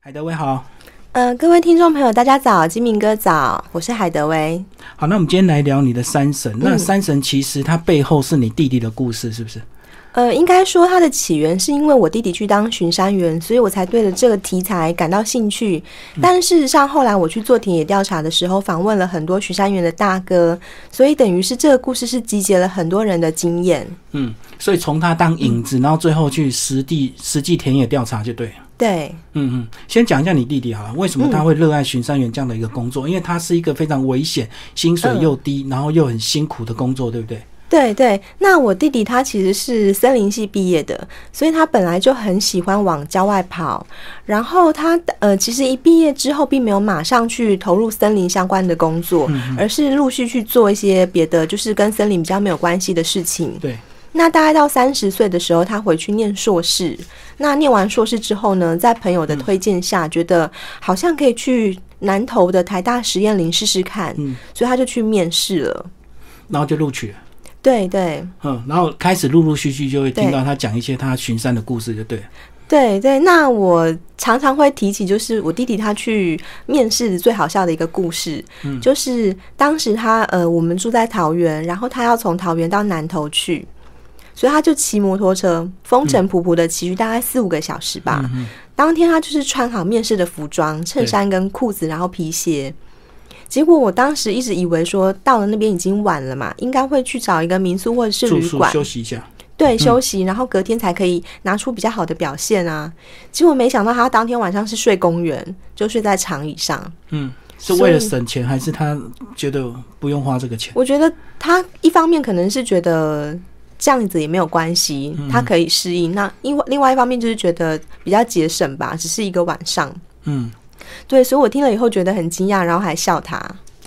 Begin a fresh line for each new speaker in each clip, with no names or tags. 海德威好，
呃，各位听众朋友，大家早，金明哥早，我是海德威。
好，那我们今天来聊你的山神。那山神其实它背后是你弟弟的故事，是不是？
呃，应该说它的起源是因为我弟弟去当巡山员，所以我才对了这个题材感到兴趣。但事实上，后来我去做田野调查的时候，访问了很多巡山员的大哥，所以等于是这个故事是集结了很多人的经验。
嗯，所以从它当影子，然后最后去实地实际田野调查就对了。
对，
嗯嗯，先讲一下你弟弟好了，为什么他会热爱巡山员这样的一个工作？因为他是一个非常危险、薪水又低，然后又很辛苦的工作，对不对？
对对，那我弟弟他其实是森林系毕业的，所以他本来就很喜欢往郊外跑。然后他呃，其实一毕业之后，并没有马上去投入森林相关的工作，而是陆续去做一些别的，就是跟森林比较没有关系的事情。
对，
那大概到三十岁的时候，他回去念硕士。那念完硕士之后呢，在朋友的推荐下，觉得好像可以去南投的台大实验林试试看，
嗯
所以他就去面试了。
然后就录取了。
对对。
嗯，然后开始陆陆续续就会听
对
到他讲一些他巡山的故事，就对了。
对对，那我常常会提起，就是我弟弟他去面试最好笑的一个故事，
嗯
就是当时他呃，我们住在桃园，然后他要从桃园到南投去，所以他就骑摩托车，风尘仆仆的骑去大概四五个小时吧。
嗯
当天他就是穿好面试的服装，衬
对
衫跟裤子，然后皮鞋。结果我当时一直以为说到了那边已经晚了嘛，应该会去找一个民宿或者是
住
旅
宿
馆
休息一下。
对，休息，然后隔天才可以拿出比较好的表现啊。结果没想到他当天晚上是睡公园，就睡在长椅上。
嗯，是为了
所以
省钱，还是他觉得不用花这个钱？
我觉得他一方面可能是觉得这样子也没有关系，他可以适应。那因为另外一方面就是觉得比较节省吧，只是一个晚上。
嗯，
对，所以我听了以后觉得很惊讶，然后还笑他。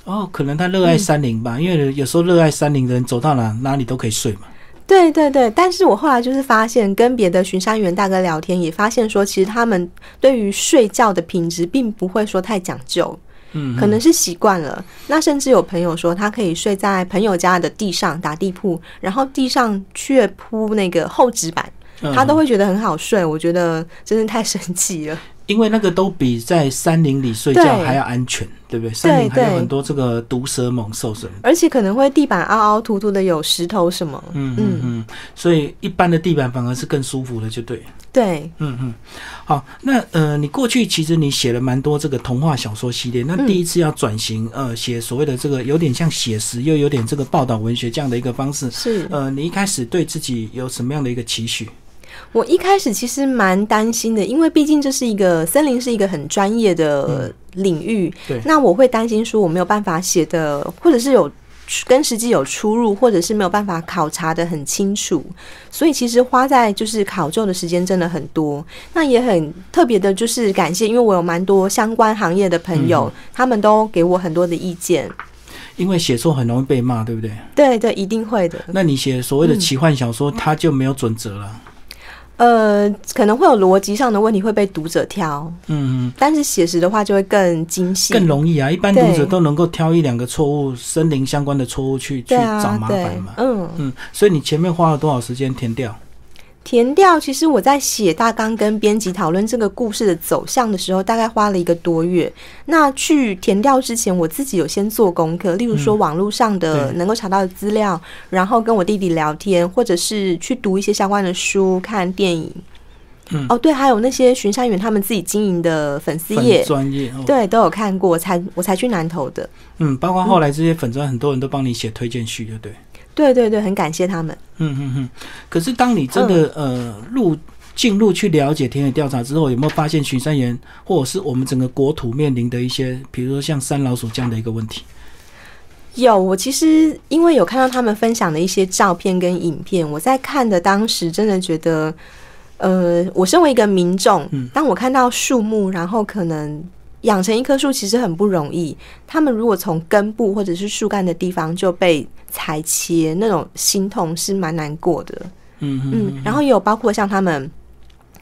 哦，可能他热爱山林
嗯
吧，因为有时候热爱山林的人走到哪哪里都可以睡嘛。
对对对，但是我后来就是发现，跟别的巡山员大哥聊天，也发现说，其实他们对于睡觉的品质并不会说太讲究。
嗯，
可能是习惯了。那甚至有朋友说，他可以睡在朋友家的地上打地铺，然后地上却铺那个厚纸板，
嗯
他都会觉得很好睡。我觉得真的太 神奇了。
因为那个都比在山林里睡觉
对
还要安全，对不对？山林还有
对
很多这个毒蛇猛兽什么的。
而且可能会地板凹凹凸凸的，有石头什么。
嗯嗯嗯，所以一般的地板反而是更舒服的，就对。
对，
嗯嗯，好，那呃，你过去其实你写了蛮多这个童话小说系列，
嗯
那第一次要转型，呃，写所谓的这个有点像写实，又有点这个报道文学这样的一个方式，
是
呃，你一开始对自己有什么样的一个期许？
我一开始其实蛮担心的，因为毕竟这是一个森林，是一个很专业
嗯
的领域。
对
那我会担心说我没有办法写的，或者是有跟实际有出入，或者是没有办法考察的很清楚。所以其实花在就是考究的时间真的很多。那也很特别的，就是感谢，因为我有蛮多相关行业的朋
嗯
友，他们都给我很多的意见。
因为写错很容易被骂，对不对？
对对，嗯一定会的。
那你写所谓的奇幻小说，它就没有准则了。
呃，可能会有逻辑上的问题会被读者挑，
嗯，嗯
但是写实的话就会更精细，
更容易啊，一般读
对
者都能够挑一两个错误，森林相关的错误去去
对啊，
找麻
对，
烦嘛。
嗯，
嗯，所以你前面花了多少时间填掉？
填掉。其实我在写大纲跟编辑讨论这个故事的走向的时候，大概花了一个多月。那去填掉之前，我自己有先做功课，例如说网络上
嗯
的
对
能够查到的资料，然后跟我弟弟聊天，或者是去读一些相关的书、看电影。
嗯
哦，对，还有那些巡山员他们自己经营的粉丝
粉
页，
专业哦，
对，都有看过，我才我才去南投的。
嗯，包括后来这些粉专，很多人都帮你写推荐序，对不对？
对对对，很感谢他们。
嗯嗯嗯。可是当你真的
嗯
呃入进入去了解田野调查之后，有没有发现巡山员或者是我们整个国土面临的一些，比如说像山老鼠这样的一个问题？
有，我其实因为有看到他们分享的一些照片跟影片，我在看的当时真的觉得，呃，我身为一个民众
嗯，
当我看到树木，然后可能养成一棵树其实很不容易。他们如果从根部或者是树干的地方就被裁切，那种心痛是蛮难过的。
嗯嗯
嗯，然后也有包括像他们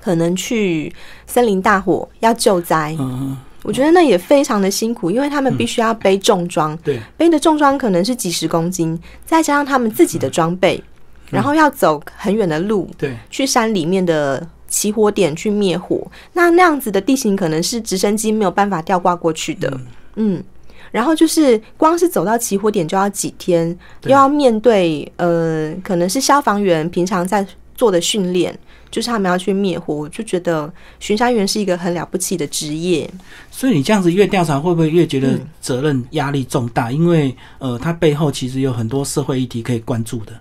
可能去森林大火要救灾，
嗯嗯，
我觉得那也非常的辛苦，因为他们必须要背重装。
对。
背的重装可能是几十公斤，再加上他们自己的装备，然后要走很远的路
对，
去山里面的起火点去灭火。那那样子的地形可能是直升机没有办法吊挂过去的。嗯然后就是光是走到起火点就要几天，又
对
要面对呃，可能是消防员平常在做的训练，就是他们要去灭火。我就觉得巡山员是一个很了不起的职业。
所以你这样子越调查，会不会越觉得
嗯
责任压力重大？因为呃，它背后其实有很多社会议题可以关注的。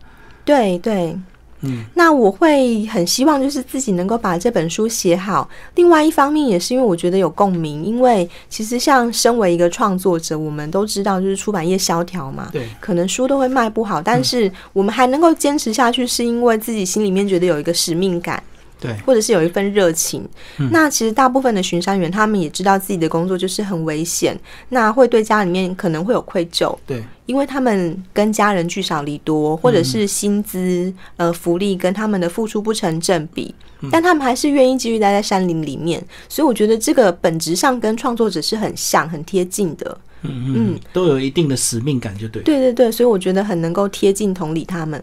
对对，
嗯，
那我会很希望就是自己能够把这本书写好。另外一方面也是因为我觉得有共鸣，因为其实像身为一个创作者，我们都知道就是出版业萧条嘛。
对，
可能书都会卖不好，但是我们还能够坚持下去，是因为自己心里面觉得有一个使命感，
对，
或者是有一份热情。
嗯
那其实大部分的巡山员，他们也知道自己的工作就是很危险，那会对家里面可能会有愧疚，
对，
因为他们跟家人聚少离
嗯
多，或者是薪资、呃福利跟他们的付出不成正比，
嗯
但他们还是愿意继续待在山林里面，所以我觉得这个本质上跟创作者是很像、很贴近的。
嗯嗯
嗯
嗯，都有一定的使命感，就对。
对对对，所以我觉得很能够贴近同理他们。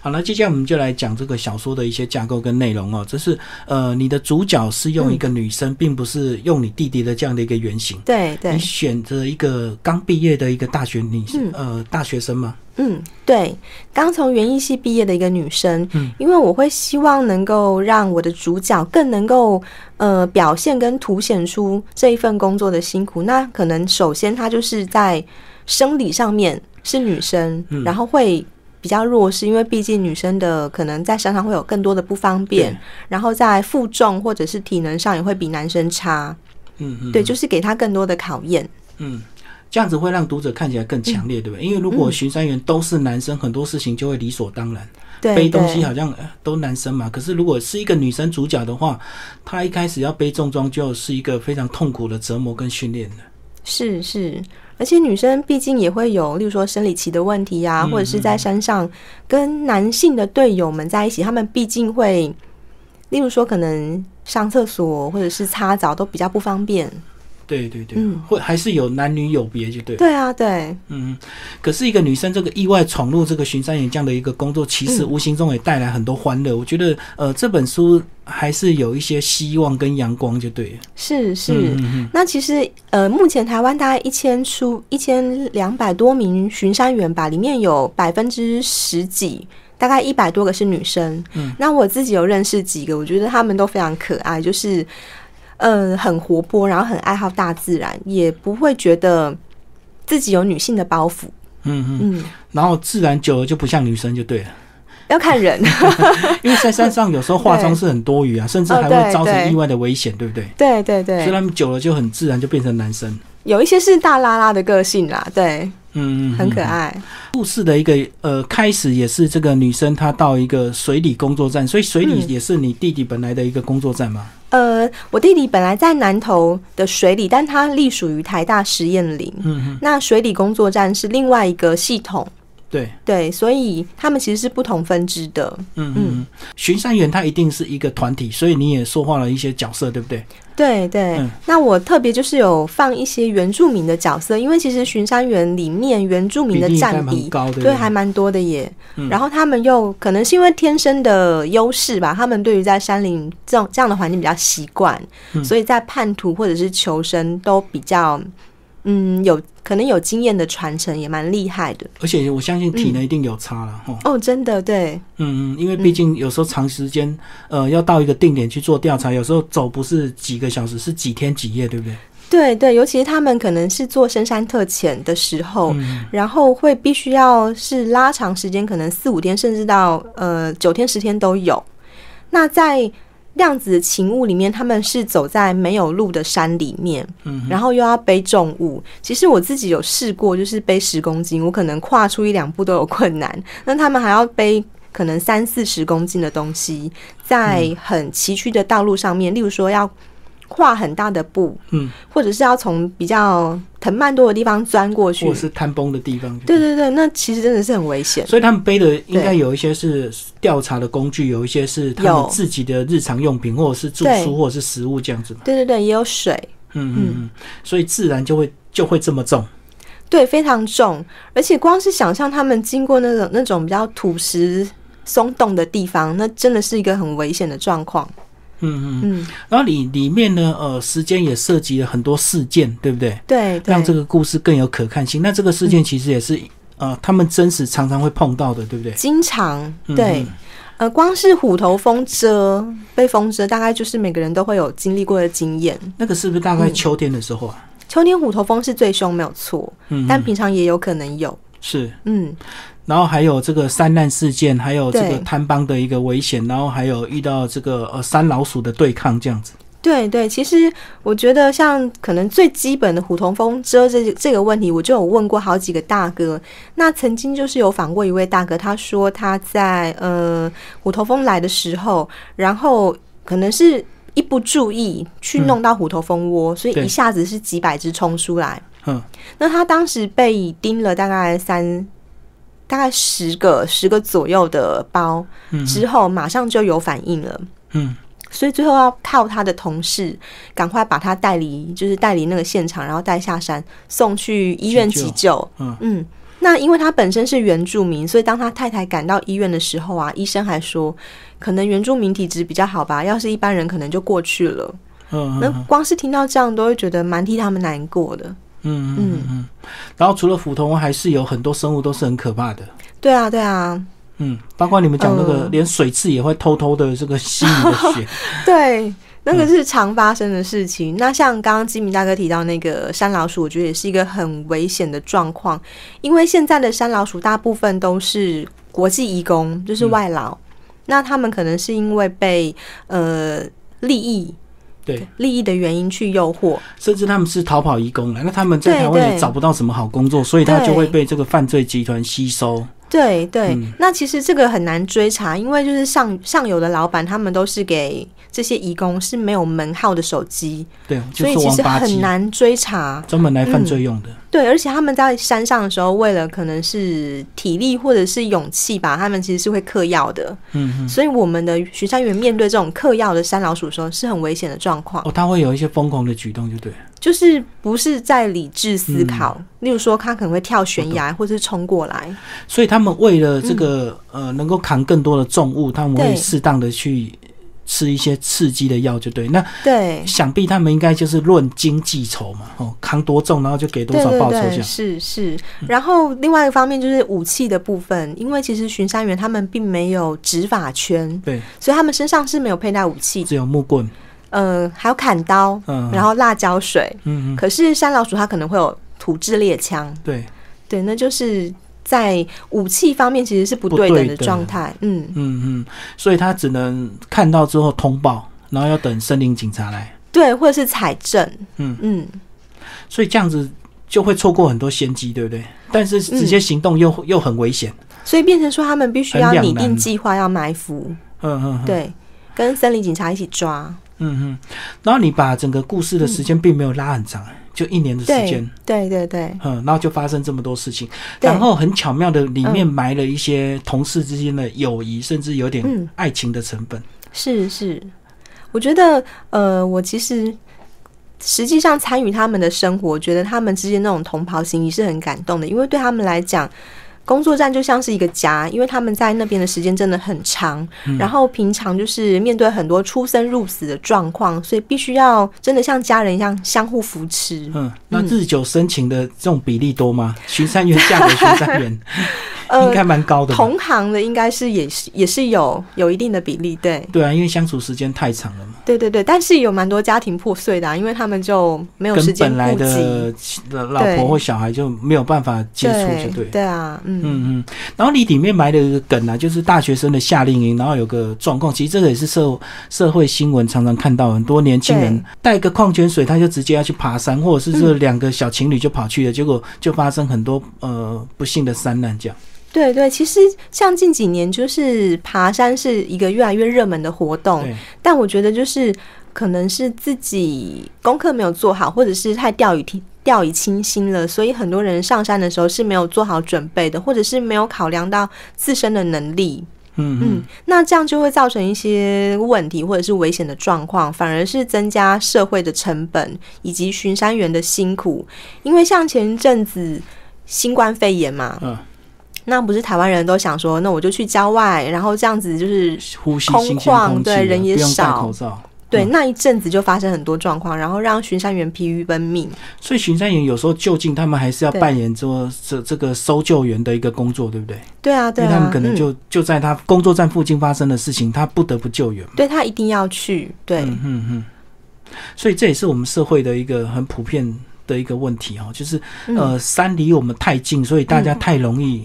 好，那接下来我们就来讲这个小说的一些架构跟内容哦。这是呃，你的主角是用一个女生，并不是用你弟弟的这样的一个原型。
对对
你，选择一个刚毕业的一个大学女生，
嗯
呃，大学生嘛，
嗯，对，刚从园艺系毕业的一个女生，
嗯
因为我会希望能够让我的主角更能够呃表现跟凸显出这一份工作的辛苦。那可能首先她就是在生理上面是女生，
嗯
然后会。比较弱势，因为毕竟女生的可能在山上会有更多的不方便
对，
然后在负重或者是体能上也会比男生差，
嗯嗯，
对，就是给她更多的考验。
嗯，这样子会让读者看起来更强烈，
嗯
对不对？因为如果巡山员都是男生，很多事情就会理所当然，
嗯对，
背东
对
西好像呃都男生嘛。可是如果是一个女生主角的话，她一开始要背重装，就是一个非常痛苦的折磨跟训练的。
是是，而且女生毕竟也会有，例如说生理期的问题啊，
嗯
或者是在山上跟男性的队友们在一起，他们毕竟会，例如说可能上厕所或者是擦澡都比较不方便。
对对对，
嗯
会还是有男女有别，就对。
对啊，对，
嗯，可是一个女生这个意外闯入这个巡山员这样的一个工作，其实
嗯
无形中也带来很多欢乐。我觉得，呃，这本书还是有一些希望跟阳光，就对了。
是是。
嗯嗯嗯
那其实，呃，目前台湾大概一千出一千两百多名巡山员吧，里面有百分之十几，大概一百多个是女生。
嗯，
那我自己有认识几个，我觉得他们都非常可爱，就是，呃，很活泼，然后很爱好大自然，也不会觉得自己有女性的包袱。
嗯嗯，
嗯，
然后自然久了就不像女生就对了。
要看人。
因为在山上有时候化妆是很多余啊，甚至还
哦对
会造成意外的危险，对不对？
对对
所以
对，
他们久了就很自然就变成男生，
有一些是大拉拉的个性啦，对，
嗯，嗯
很可。
嗯
爱。
故事的一个呃开始也是这个女生她到一个水里工作站，所以水里
嗯
也是你弟弟本来的一个工作站嘛。
呃，我弟弟本来在南投的水里，但他隶属于台大实验林。
嗯嗯，
那水里工作站是另外一个系统，
对，
对，所以他们其实是不同分支的。
嗯
嗯
嗯，嗯巡山员他一定是一个团体，所以你也说化了一些角色，对不对？
对对，
嗯
那我特别就是有放一些原住民的角色，因为其实巡山员里面原住民的
例应该
占
蛮
比。
高的，
哦对，还蛮多的耶。
嗯
然后他们又可能是因为天生的优势吧，他们对于在山林这种这样的环境比较习惯，
嗯
所以在叛徒或者是求生都比较，嗯，有可能有经验的传承也蛮厉害的。
而且我相信体
嗯
能一定有差了，哦。
哦，真的对，
嗯嗯，因为毕竟有时候长时间，呃，要到一个定点去做调查，有时候走不是几个小时，是几天几夜，对不对？
对对，尤其是他们可能是做深山特遣的时候，
嗯
然后会必须要是拉长时间，可能四五天，甚至到呃九天十天都有。那在那样子的情物里面，他们是走在没有路的山里面，
嗯
然后又要背重物。其实我自己有试过，就是背十公斤，我可能跨出一两步都有困难。那他们还要背可能三四十公斤的东西，在很崎岖的道路上面，例如说要跨很大的步，
嗯，
或者是要从比较藤蔓多的地方钻过去
或者，是摊崩的地方。
对对对，那其实真的是很危险。
所以他们背的应该有一些是调查的工具，有一些是他
有
们自己的日常用品，或者是住
对
宿，或者是食物这样子嘛。
对对对，也有水，
嗯嗯嗯，所以自然就会就会这么重。
对，非常重，而且光是想象他们经过那种那种比较土石松动的地方，那真的是一个很危险的状况。
嗯嗯。
嗯，
然后里里面呢，呃，时间也涉及了很多事件，对不对？嗯
对对，
让这个故事更有可看性。那这个事件其实也是、呃，他们真实常常会碰到的，对不对？
经常
嗯
对。呃，光是虎头风遮被风遮，大概就是每个人都会有经历过的经验。
那个是不是大概
嗯
秋天的时候啊？
秋天虎头风是最凶，没有错，
嗯，
但平常也有可能有。
是。
嗯，
然后还有这个山难事件，还有这个
对
贪帮的一个危险，然后还有遇到这个呃山老鼠的对抗这样子。
对对，其实我觉得像可能最基本的虎头风遮这这个问题，我就有问过好几个大哥。那曾经就是有访过一位大哥，他说他在呃虎头风来的时候，然后可能是一不注意去
嗯
弄到虎头蜂窝，所以
对
一下子是几百只冲出来。
嗯，
那他当时被叮了大概三，大概十个十个左右的包，
嗯
之后马上就有反应了。
嗯，
所以最后要靠他的同事赶快把他带离，就是带离那个现场，然后带下山，送去医院
急
急救。
嗯
那因为他本身是原住民，所以当他太太赶到医院的时候啊，医生还说，可能原住民体质比较好吧，要是一般人可能就过去了。
嗯
那
嗯
光是听到这样，都会觉得蛮替他们难过的。
嗯嗯嗯。然后除了斧头蛙，还是有很多生物都是很可怕的。
对啊，对啊，
嗯，包括你们讲那个，
嗯
连水蛭也会偷偷的这个吸你的 血。
对，那个是常发生的事情。那像刚刚基米大哥提到那个山老鼠，我觉得也是一个很危险的状况，因为现在的山老鼠大部分都是国际移工，就是外劳，那他们可能是因为被呃利益
对，
利益的原因去诱惑，
甚至他们是逃跑移工啊了，那他们在
对
台湾也
对
找不到什么好工作，所以他就
对
会被这个犯罪集团吸收。
对对，
嗯
那其实这个很难追查，因为就是上上游的老板他们都是给这些移工是没有门号的手机，
对，就
所以
是
其
王
实
八
很
鸡，
难追查。
专门来犯罪用的。
对，而且他们在山上的时候，为了可能是体力或者是勇气吧，他们其实是会嗑药的。
嗯嗯。
所以我们的巡山员面对这种嗑药的山老鼠的时候，是很危险的状况，
哦，他会有一些疯狂的举动，就对了。
就是不是在理智
嗯
思考。例如说，他可能会跳悬崖，或者是冲过来。
所以他们为了这个、
嗯
呃，能够扛更多的重物，他们会
对
适当的去吃一些刺激的药，就对。那
对，
想必他们应该就是论斤计酬嘛，哦，扛多重，然后就嗯给多
对
少
对
报酬这
对，
样。
是是。然后另外一个方面就是武器的部分，因为其实巡山员他们并没有执法圈，
对，
所以他们身上是没有佩戴武器，
只有木棍，
嗯、还有砍刀，
嗯，
然后辣椒水。
嗯嗯，
可是山老鼠它可能会有土制猎枪，
对，
对，那就是在武器方面其实是不对等的状态。嗯，
嗯嗯，所以他只能看到之后通报，然后要等森林警察来，
对，或者是采证。
嗯
嗯，
所以这样子就会错过很多先机，对不对？但是直
嗯
接行动又、又很危险，
所以变成说他们必须要
很两
拟
难
定计划，要埋伏，
嗯嗯，嗯，
对，跟森林警察一起抓。
嗯嗯，然后你把整个故事的时间并没有拉很长，就一年的时
对
间。，
对对对
嗯，然后就发生这么多事情，
对
然后很巧妙的里面埋了一些同事之间的友谊，甚至有点
嗯
爱情的成分。
是是。我觉得，呃，我其实实际上参与他们的生活，觉得他们之间那种同袍情谊是很感动的，因为对他们来讲。工作站就像是一个家，因为他们在那边的时间真的很长，
嗯
然后平常就是面对很多出生入死的状况，所以必须要真的像家人一样相互扶持。
嗯，那日久生情的这种比例多吗？巡山员嫁给巡山员，应
呃，
该蛮高的吧。
同行的应该是也是也是有有一定的比例，对
对啊，因为相处时间太长了嘛，
对对对，但是有蛮多家庭破碎的、啊，因为他们就没有时
跟
间
本来
顾及。
的呃老婆或小孩就没有办法接触，就对。
啊，嗯，
嗯嗯，然后你里面埋了一个梗啊，就是大学生的夏令营，然后有个状况，其实这个也是社社会新闻常常看到，很多年轻人
对
带个矿泉水，他就直接要去爬山，或者是这两个小情侣就跑去了，结果就发生很多呃不幸的山难这样。
对对，其实像近几年，就是爬山是一个越来越热门的活动，
对，
但我觉得就是可能是自己功课没有做好，或者是太掉以轻掉以轻心了，所以很多人上山的时候是没有做好准备的，或者是没有考量到自身的能力。
嗯
嗯
嗯，，
那这样就会造成一些问题或者是危险的状况，反而是增加社会的成本以及巡山员的辛苦。因为像前一阵子新冠肺炎嘛，
嗯
那不是台湾人都想说，那我就去郊外，然后这样子就是
呼吸
空
新鲜空
旷
气
对
了，
人也
不用戴
少
口罩，
对，那一阵子就发生很多状况，然后让巡山员疲于奔命。
所以巡山员有时候就近，他们还是要
对
扮演做这这个搜救员的一个工作，对不对？
对啊，
因
对
为
啊，
他们可能
嗯
就就在他工作站附近发生的事情，他不得不救援。
对他一定要去。对，
嗯嗯嗯。所以这也是我们社会的一个很普遍的一个问题哦，就是
嗯
呃，山离我们太近，所以大家太容易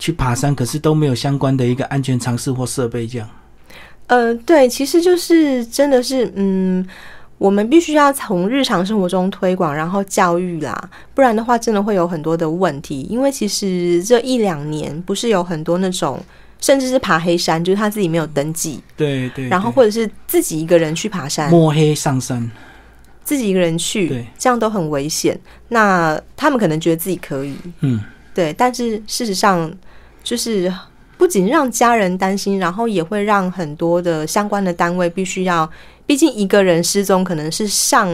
去爬山，可是都没有相关的一个安全常识或设备，这样。
呃，对，其实就是真的是，嗯，我们必须要从日常生活中推广，然后教育啦，不然的话真的会有很多的问题。因为其实这一两年不是有很多那种，甚至是爬黑山，就是他自己没有登记，
对对
然后
对
或者是自己一个人去爬山，
嗯摸黑上山，
自己一个人去，
对，
这样都很危险。那他们可能觉得自己可以，
嗯，
对，但是事实上就是不仅让家人担心，然后也会让很多的相关的单位必须要，毕竟一个人失踪可能是上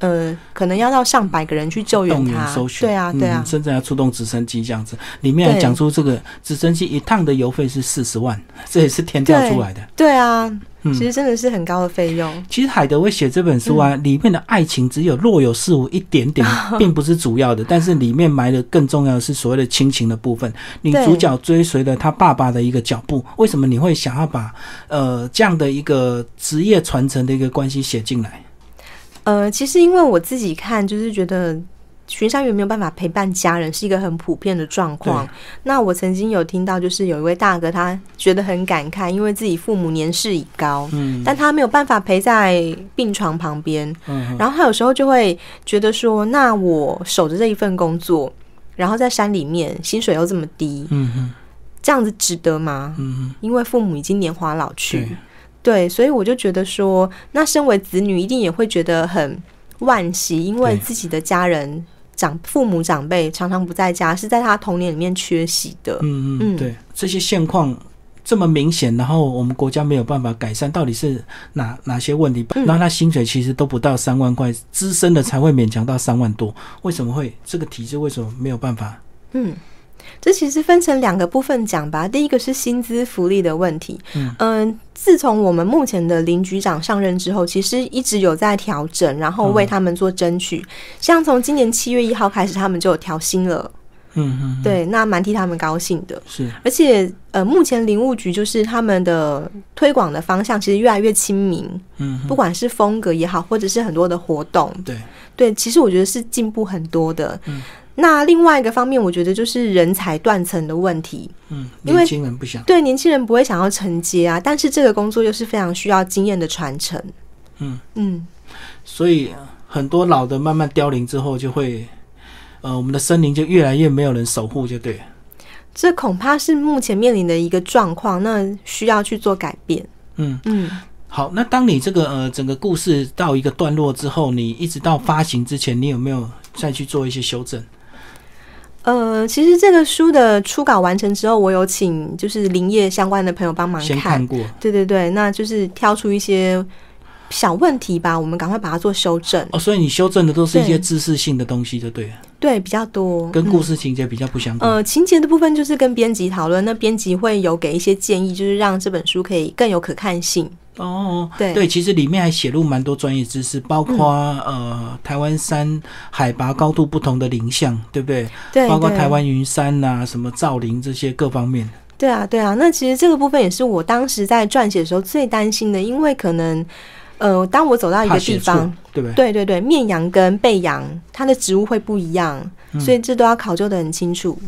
呃，可能要到上百个人去救援
动员
他
搜，寻，
对啊，对啊
嗯，甚至还要出动直升机这样子。里面还
对
讲出这个直升机一趟的油费是四十万，这也是天调
对
出来的。
对啊，
嗯
其实真的是很高的费用，
其实海德威写这本书
嗯
啊，里面的爱情只有若有似无一点 点，并不是主要的，但是里面埋的更重要的是所谓的亲情的部分。女
对
主角追随了她爸爸的一个脚步，为什么你会想要把呃这样的一个职业传承的一个关系写进来？
呃，其实因为我自己看，就是觉得。巡山员没有办法陪伴家人，是一个很普遍的状况。那我曾经有听到，就是有一位大哥，他觉得很感慨，因为自己父母年事已高，
嗯
但他没有办法陪在病床旁边，
嗯，
然后他有时候就会觉得说，那我守着这一份工作，然后在山里面，薪水又这么低，
嗯嗯
这样子值得吗？
嗯，
因为父母已经年华老去
对，，
对，所以我就觉得说，那身为子女一定也会觉得很惋惜，因为
对
自己的家人长父母长辈常常不在家，是在他童年里面缺席的。
嗯嗯
嗯
对，这些现况。这么明显，然后我们国家没有办法改善，到底是哪哪些问题？
嗯
然后他薪水其实都不到三万块，资深的才会勉强到三万多。为什么会这个体制为什么没有办法？
嗯，这其实分成两个部分讲吧。第一个是薪资福利的问题。
嗯
自从我们目前的林局长上任之后，其实一直有在调整，然后为
嗯
他们做争取。像从今年七月一号开始，他们就有调薪了。
嗯嗯，，
对，那蛮替他们高兴的。
是
而且，呃，目前林务局就是他们的推广的方向，其实越来越亲民，
嗯哼
不管是风格也好，或者是很多的活动，
对，
对，其实我觉得是进步很多的。
嗯
那另外一个方面，我觉得就是人才断层的问题。
嗯，
因为
年轻人不想，
对年轻人不会想要承接啊，但是这个工作又是非常需要经验的传承。
嗯
嗯，
所以很多老的慢慢凋零之后，就会呃，我们的森林就越来越没有人守护，就对了。
这恐怕是目前面临的一个状况，那需要去做改变。
嗯，
嗯，
好，那当你这个呃整个故事到一个段落之后，你一直到发行之前，你有没有再去做一些修正？
呃，其实这个书的初稿完成之后，我有请就是林业相关的朋友帮忙
先看过，
对对对，那就是挑出一些小问题吧，我们赶快把它做修正。
哦，所以你修正的都是一些
对
知识性的东西，就对了，
对，比较多
跟故
嗯
事情节比较不相关。
呃，情节的部分就是跟编辑讨论，那编辑会有给一些建议，就是让这本书可以更有可看性。
哦，
对嗯
对，其实里面还写入蛮多专业知识，包括、呃台湾山海拔高度不同的林相，对不对？
对，
包括
对
台湾云山呐、什么造林这些各方面。
对啊，对啊，那其实这个部分也是我当时在撰写的时候最担心的，因为可能，呃，当我走到一
怕
个
写
地
错
方，，
对不对？
对对对，面羊跟背羊它的植物会不一样，
嗯
所以这都要考究的很清楚。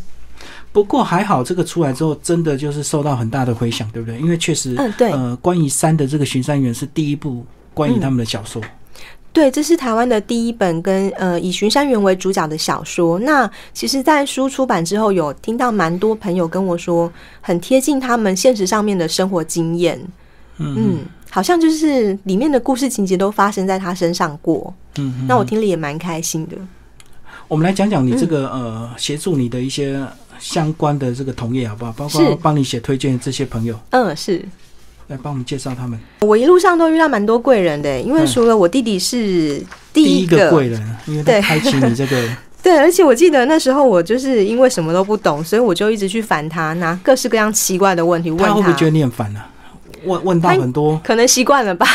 不过还好，这个出来之后，真的就是受到很大的回响，对不对？因为确实，
嗯，对、
呃，关于山的这个巡山员是第一部关于他们的小说，
对，这是台湾的第一本跟呃以巡山员为主角的小说。那其实，在书出版之后，有听到蛮多朋友跟我说，很贴近他们现实上面的生活经验。
嗯
嗯，好像就是里面的故事情节都发生在他身上过。
嗯
那我听了也蛮开心的。
我们来讲讲你这个、
嗯
呃，协助你的一些相关的这个同业好不好？包括
是
帮你写推荐的这些朋友，
嗯，是
来帮我们介绍他们。
我一路上都遇到蛮多贵人的，欸因为
嗯
除了我弟弟是
第
第
一
一
个
个
贵人，因为他
对
开启你这个
对，而且我记得那时候我就是因为什 么都不懂，所以我就一直去烦他，拿各式各样奇怪的问题问
他
他。
会不会觉得你很烦啊？问问到很 多
可能习惯了吧？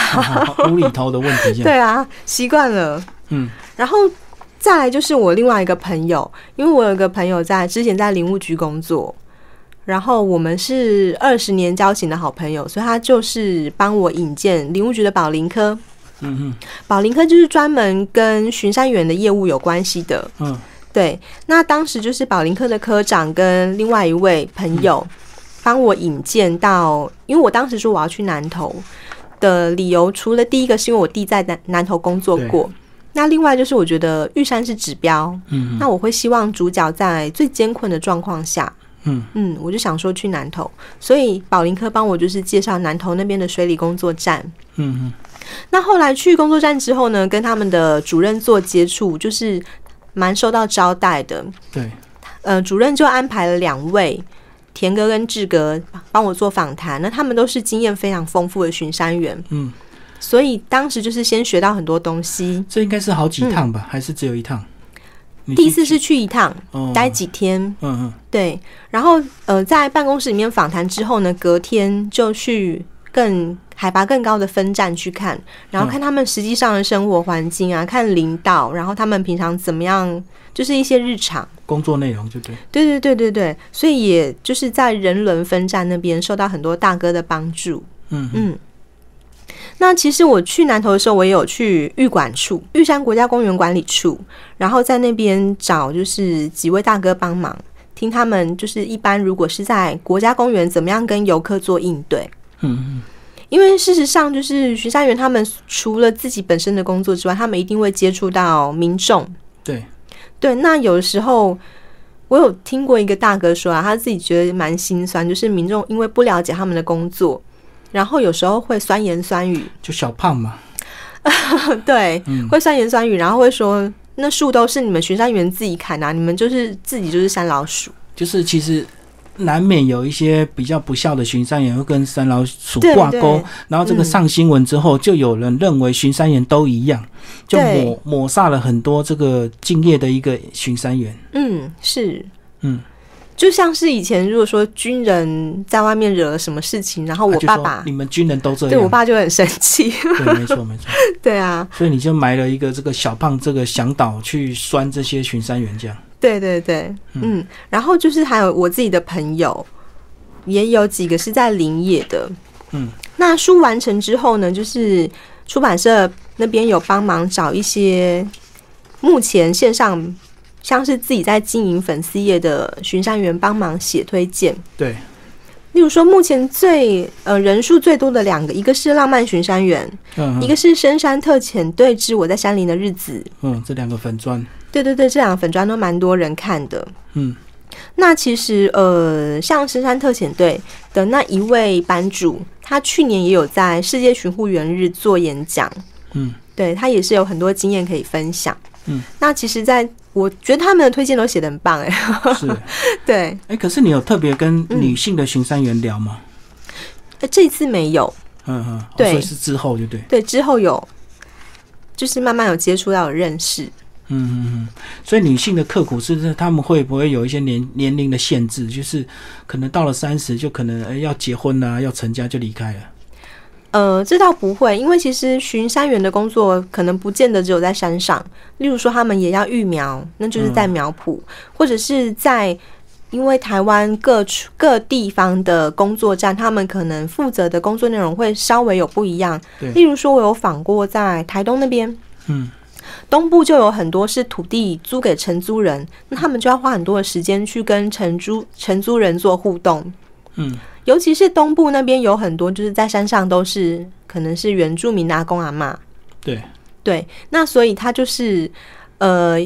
无厘头的问题这样。
对啊，习惯了。
嗯，
然后再来就是我另外一个朋友，因为我有一个朋友在之前在林务局工作，然后我们是二十年交情的好朋友，所以他就是帮我引荐林务局的保龄科。
嗯
保龄科就是专门跟巡山员的业务有关系的。
嗯嗯
对，那当时就是保龄科的科长跟另外一位朋友帮我引荐到，因为我当时说我要去南投的理由，除了第一个是因为我弟在南南投工作过，那另外就是我觉得玉山是指标，
嗯
那我会希望主角在最艰困的状况下，
嗯
嗯，我就想说去南投，所以保龄科帮我就是介绍南投那边的水里工作站，
嗯嗯
那后来去工作站之后呢，跟他们的主任做接触，就是蛮受到招待的。
嗯，对，
呃，主任就安排了两位田哥跟志哥帮我做访谈，那他们都是经验非常丰富的巡山员，
嗯，
所以当时就是先学到很多东西。
这应该是好几趟吧，还是只有一趟？你
嗯第一
去
次是去一趟，
哦，
待几天，
嗯嗯
对，然后呃，在办公室里面访谈之后呢，隔天就去更海拔更高的分站去看，
嗯
然后看他们实际上的生活环境啊，看领导，然后他们平常怎么样，就是一些日常。
工作内容就对，
对对对对对，所以也就是在人伦分站那边受到很多大哥的帮助。
嗯嗯
嗯，那其实我去南投的时候，我也有去玉管处、玉山国家公园管理处，然后在那边找就是几位大哥帮忙，听他们就是一般如果是在国家公园怎么样跟游客做应对。
嗯
因为事实上，就是巡山员他们除了自己本身的工作之外，他们一定会接触到民众。
对，
对，那有的时候我有听过一个大哥说啊，他自己觉得蛮心酸，就是民众因为不了解他们的工作，然后有时候会酸言酸语，
就小胖嘛，
对，
嗯
会酸言酸语，然后会说那树都是你们巡山员自己砍啊，你们就是自己就是山老鼠，
就是其实。难免有一些比较不孝的巡山员会跟山老鼠
对
挂
对
钩，然后这个
嗯
上新闻之后，就有人认为巡山员都一样，就
对
抹抹杀了很多这个敬业的一个巡山员。
嗯，是，
嗯。
就像是以前，如果说军人在外面惹了什么事情，然后
他
哦我
就
爸
说
爸，
你们军人都这样，
对我爸就会很生气，
对，没错没错。
对啊，
所以你就埋了一个这个小胖这个向导去拴这些巡山员，这样。
对对对，嗯，然后就是还有我自己的朋友，也有几个是在林业的，
嗯，
那书完成之后呢，就是出版社那边有帮忙找一些目前线上像是自己在经营粉丝业的巡山员帮忙写推荐，
对，
例如说目前最呃人数最多的两个，一个是浪漫巡山员，
嗯
一个是深山特遣队之我在山林的日子，
嗯，这两个粉砖，
对对对，这两个粉砖都蛮多人看的，
嗯
那其实呃，像深山特遣队的那一位班主，他去年也有在世界巡护员日做演讲，
嗯
对他也是有很多经验可以分享。
嗯，
那其实在，我觉得他们的推荐都写的很棒哎、
是。
对，
哎、可是你有特别跟
嗯
女性的巡山员聊吗？
呃这一次没有，
嗯嗯，哦
对
所以是之后就对。
对之后有，就是慢慢有接触到有认识。
嗯嗯嗯，所以女性的刻苦是不是他们会不会有一些年年龄的限制？就是可能到了三十就可能、哎要结婚啦、要成家就离开了。
呃，这倒不会，因为其实巡山员的工作可能不见得只有在山上，例如说他们也要育苗，那就是在苗圃，或者是在因为台湾各处各地方的工作站，他们可能负责的工作内容会稍微有不一样
对。
例如说，我有访过在台东那边，
嗯，
东部就有很多是土地租给承租人，那他们就要花很多的时间去跟承租承租人做互动，
嗯，
尤其是东部那边有很多，就是在山上都是可能是原住民的阿公阿嬷，
对，
对，那所以他就是呃，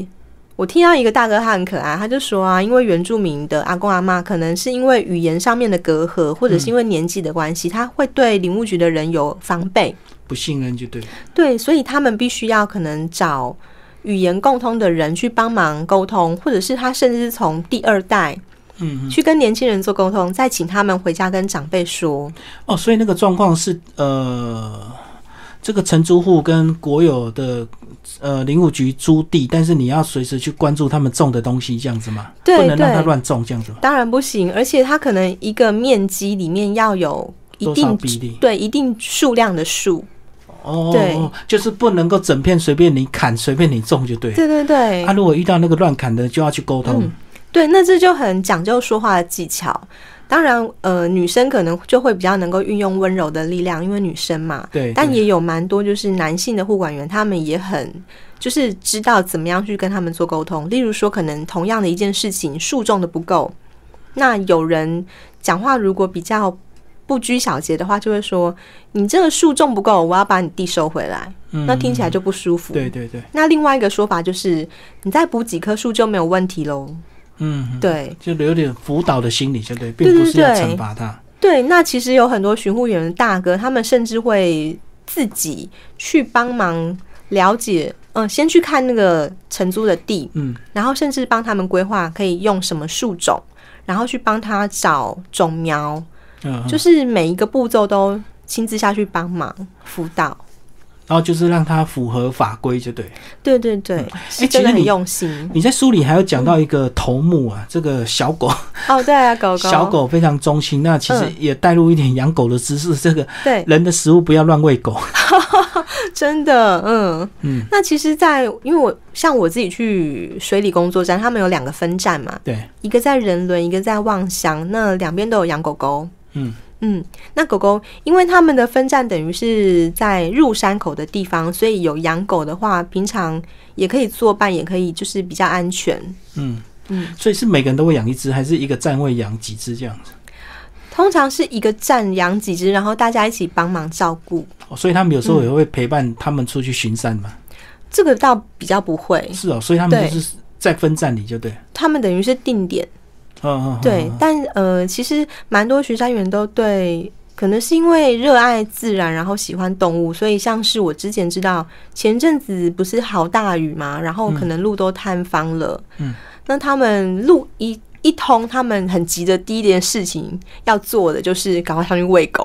我听到一个大哥他很可爱，他就说啊，因为原住民的阿公阿嬷可能是因为语言上面的隔阂，或者是因为年纪的
嗯
关系，他会对林务局的人有防备，
不信任就对。
对，所以他们必须要可能找。语言共通的人去帮忙沟通，或者是他甚至是从第二代
嗯嗯，
去跟年轻人做沟通，再请他们回家跟长辈说。
哦，所以那个状况是呃，这个承租户跟国有的呃林务局租地，但是你要随时去关注他们种的东西，这样子吗？
对
不能让他
对
乱种这样子吗？
当然不行，而且它可能一个面积里面要有一一
多少
定
比例？
对一定数量的树，对
哦，就是不能够整片随便你砍，随便你种就对了。
对对对，
啊，如果遇到那个乱砍的，就要去沟通
嗯。对，那这就很讲究说话的技巧。当然，呃，女生可能就会比较能够运用温柔的力量，因为女生嘛。
对，
但
对
也有蛮多就是男性的护管员，他们也很就是知道怎么样去跟他们做沟通。例如说，可能同样的一件事情，树种的不够，那有人讲话如果比较不拘小节的话，就会说：“你这个树种不够，我要把你地收回来。”
嗯
那听起来就不舒服。
对对对，
那另外一个说法就是，你再补几棵树就没有问题喽。
嗯，
对，
就有点辅导的心理，就对，
对
并不是要
对
惩罚他。
对，那其实有很多巡护员的大哥，他们甚至会自己去帮忙了解，嗯、先去看那个承租的地，
嗯，
然后甚至帮他们规划可以用什么树种，然后去帮他找种苗，
嗯，
就
嗯
是每一个步骤都亲自下去帮忙辅导。
然后就是让他符合法规，就对。
对对对，是
诶
真
哎其实
的很
你
用心、
你在书里还有讲到一个头目啊，这个小狗，
哦。对啊，狗狗，
小，狗非常忠心，那其实也带入一点养狗的知识。这个
嗯对，
人的食物不要乱喂狗。
真的，嗯
嗯，
那其实在，因为我像我自己去水里工作站，他们有两个分站嘛，
对，
一个在人伦，一个在望乡，那两边都有养狗狗。
嗯
嗯，那狗狗因为他们的分站等于是在入山口的地方，所以有养狗的话，平常也可以作伴，也可以就是比较安全。
嗯
嗯，
所以是每个人都会养一只，还是一个站会养几只这样子？
通常是一个站养几只，然后大家一起帮忙照顾。
哦所以他们有时
嗯
候也会陪伴他们出去巡山嘛。
这个倒比较不会，
是哦，所以他们
对
就是在分站里就对。
他们等于是定点。
嗯嗯，嗯
对，但呃，其实蛮多巡山员都对，可能是因为热爱自然，然后喜欢动物，所以像是我之前知道，前阵子不是好大雨嘛，然后可能路都塌方了，
嗯，
那他们路一。一通，他们很急的第一件事情要做的就是赶快上去喂狗。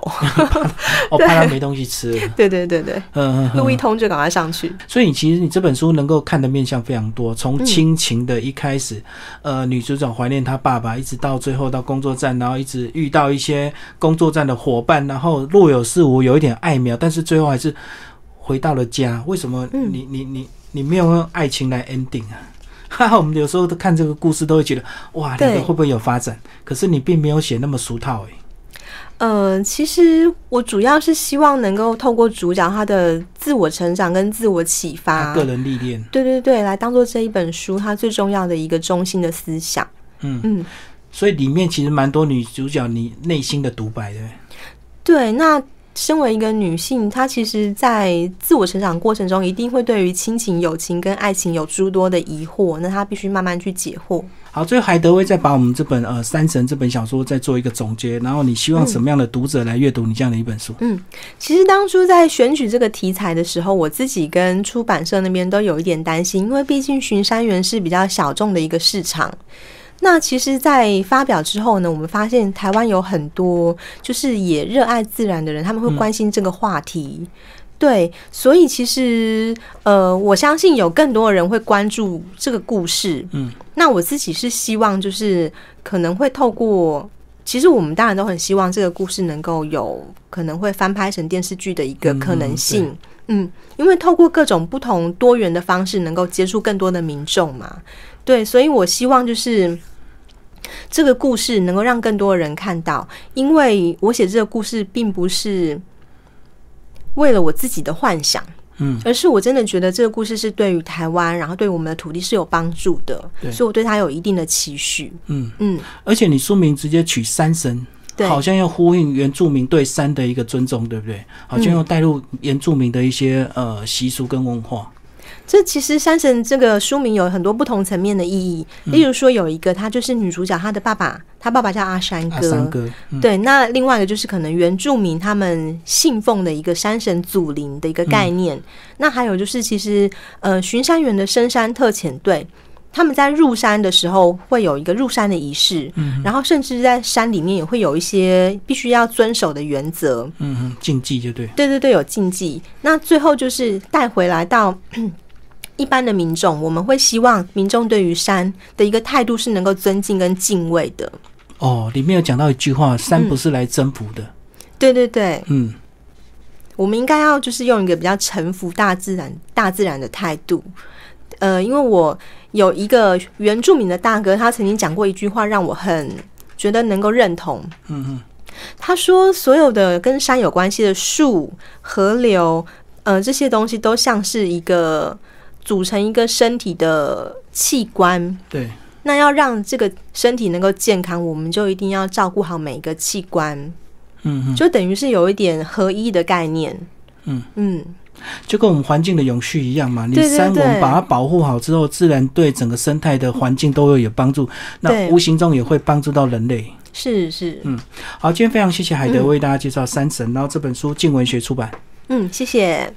哦，怕他没东西吃了。
对对对对，
嗯嗯嗯，
路一通就赶快上去。
所以你其实你这本书能够看的面向非常多，
嗯
从亲情的一开始，呃，女主角怀念她爸爸，一直到最后到工作站，然后一直遇到一些工作站的伙伴，然后若有似无，有一点爱苗，但是最后还是回到了家。为什么
嗯
你你你你没有用爱情来 ending 啊？ 哈哈，我们有时候都看这个故事都会觉得，哇，
对
两个会不会有发展？可是你并没有写那么俗套欸诶、
呃，其实我主要是希望能够透过主角他的自我成长跟自我启发，
他个人历练，
对对对，来当做这一本书它最重要的一个中心的思想。
嗯
嗯，
所以里面其实蛮多女主角你内心的独白的。
对。那身为一个女性，她其实，在自我成长过程中，一定会对于亲情、友情跟爱情有诸多的疑惑，那她必须慢慢去解惑。
好，最后海德威再把我们这本呃《三神》这本小说再做一个总结，然后你希望什么样的读者来阅读你这样的一本书？
其实当初在选取这个题材的时候，我自己跟出版社那边都有一点担心，因为毕竟巡山员是比较小众的一个市场。那其实，在发表之后呢，我们发现台湾有很多就是也热爱自然的人，他们会
嗯
关心这个话题。对，所以其实呃，我相信有更多人会关注这个故事。
嗯，
那我自己是希望就是可能会透过。其实我们当然都很希望这个故事能够有可能会翻拍成电视剧的一个可能性，嗯因为透过各种不同多元的方式，能够接触更多的民众嘛，对，所以我希望就是这个故事能够让更多人看到，因为我写这个故事并不是为了我自己的幻想，
嗯，
而是我真的觉得这个故事是对于台湾，然后对我们的土地是有帮助的
对，
所以我对它有一定的期许。
嗯
嗯，
而且你书名直接取“山神”，
对，
好像要呼应原住民对山的一个尊重，对不对？好像要带入原住民的一些呃习俗跟文化。
这其实《山神》这个书名有很多不同层面的意义，例如说有一个，他就是女主角，她的爸爸，她爸爸叫阿山
啊，
哥。
三哥，嗯
对，那另外一个就是可能原住民他们信奉的一个山神祖灵的一个概念。那还有就是，其实呃，巡山员的深山特遣队，他们在入山的时候会有一个入山的仪式，
嗯
然后甚至在山里面也会有一些必须要遵守的原则。
嗯嗯，禁忌就对。
对对对，有禁忌。那最后就是带回来到 一般的民众，我们会希望民众对于山的一个态度是能够尊敬跟敬畏的。
哦，里面有讲到一句话：“山
嗯
不是来征服的，
对对对，
嗯，
我们应该要就是用一个比较臣服大自然、大自然的态度。呃，因为我有一个原住民的大哥，他曾经讲过一句话，让我很觉得能够认同。嗯嗯，他说所有的跟山有关系的树、河流，呃，这些东西都像是一个组成一个身体的器官。
嗯对，
那要让这个身体能够健康，我们就一定要照顾好每一个器官，
嗯嗯，
就等于是有一点合一的概念。
嗯
嗯，
就跟我们环境的永续一样嘛。你
对对
山我们
对
把它保护好之后，自然对整个生态的环境都会有帮助，那
对
无形中也会帮助到人类。
是是，嗯
好，今天非常谢谢海德为大家介绍山神，然后这本书静文学出版。
嗯谢谢。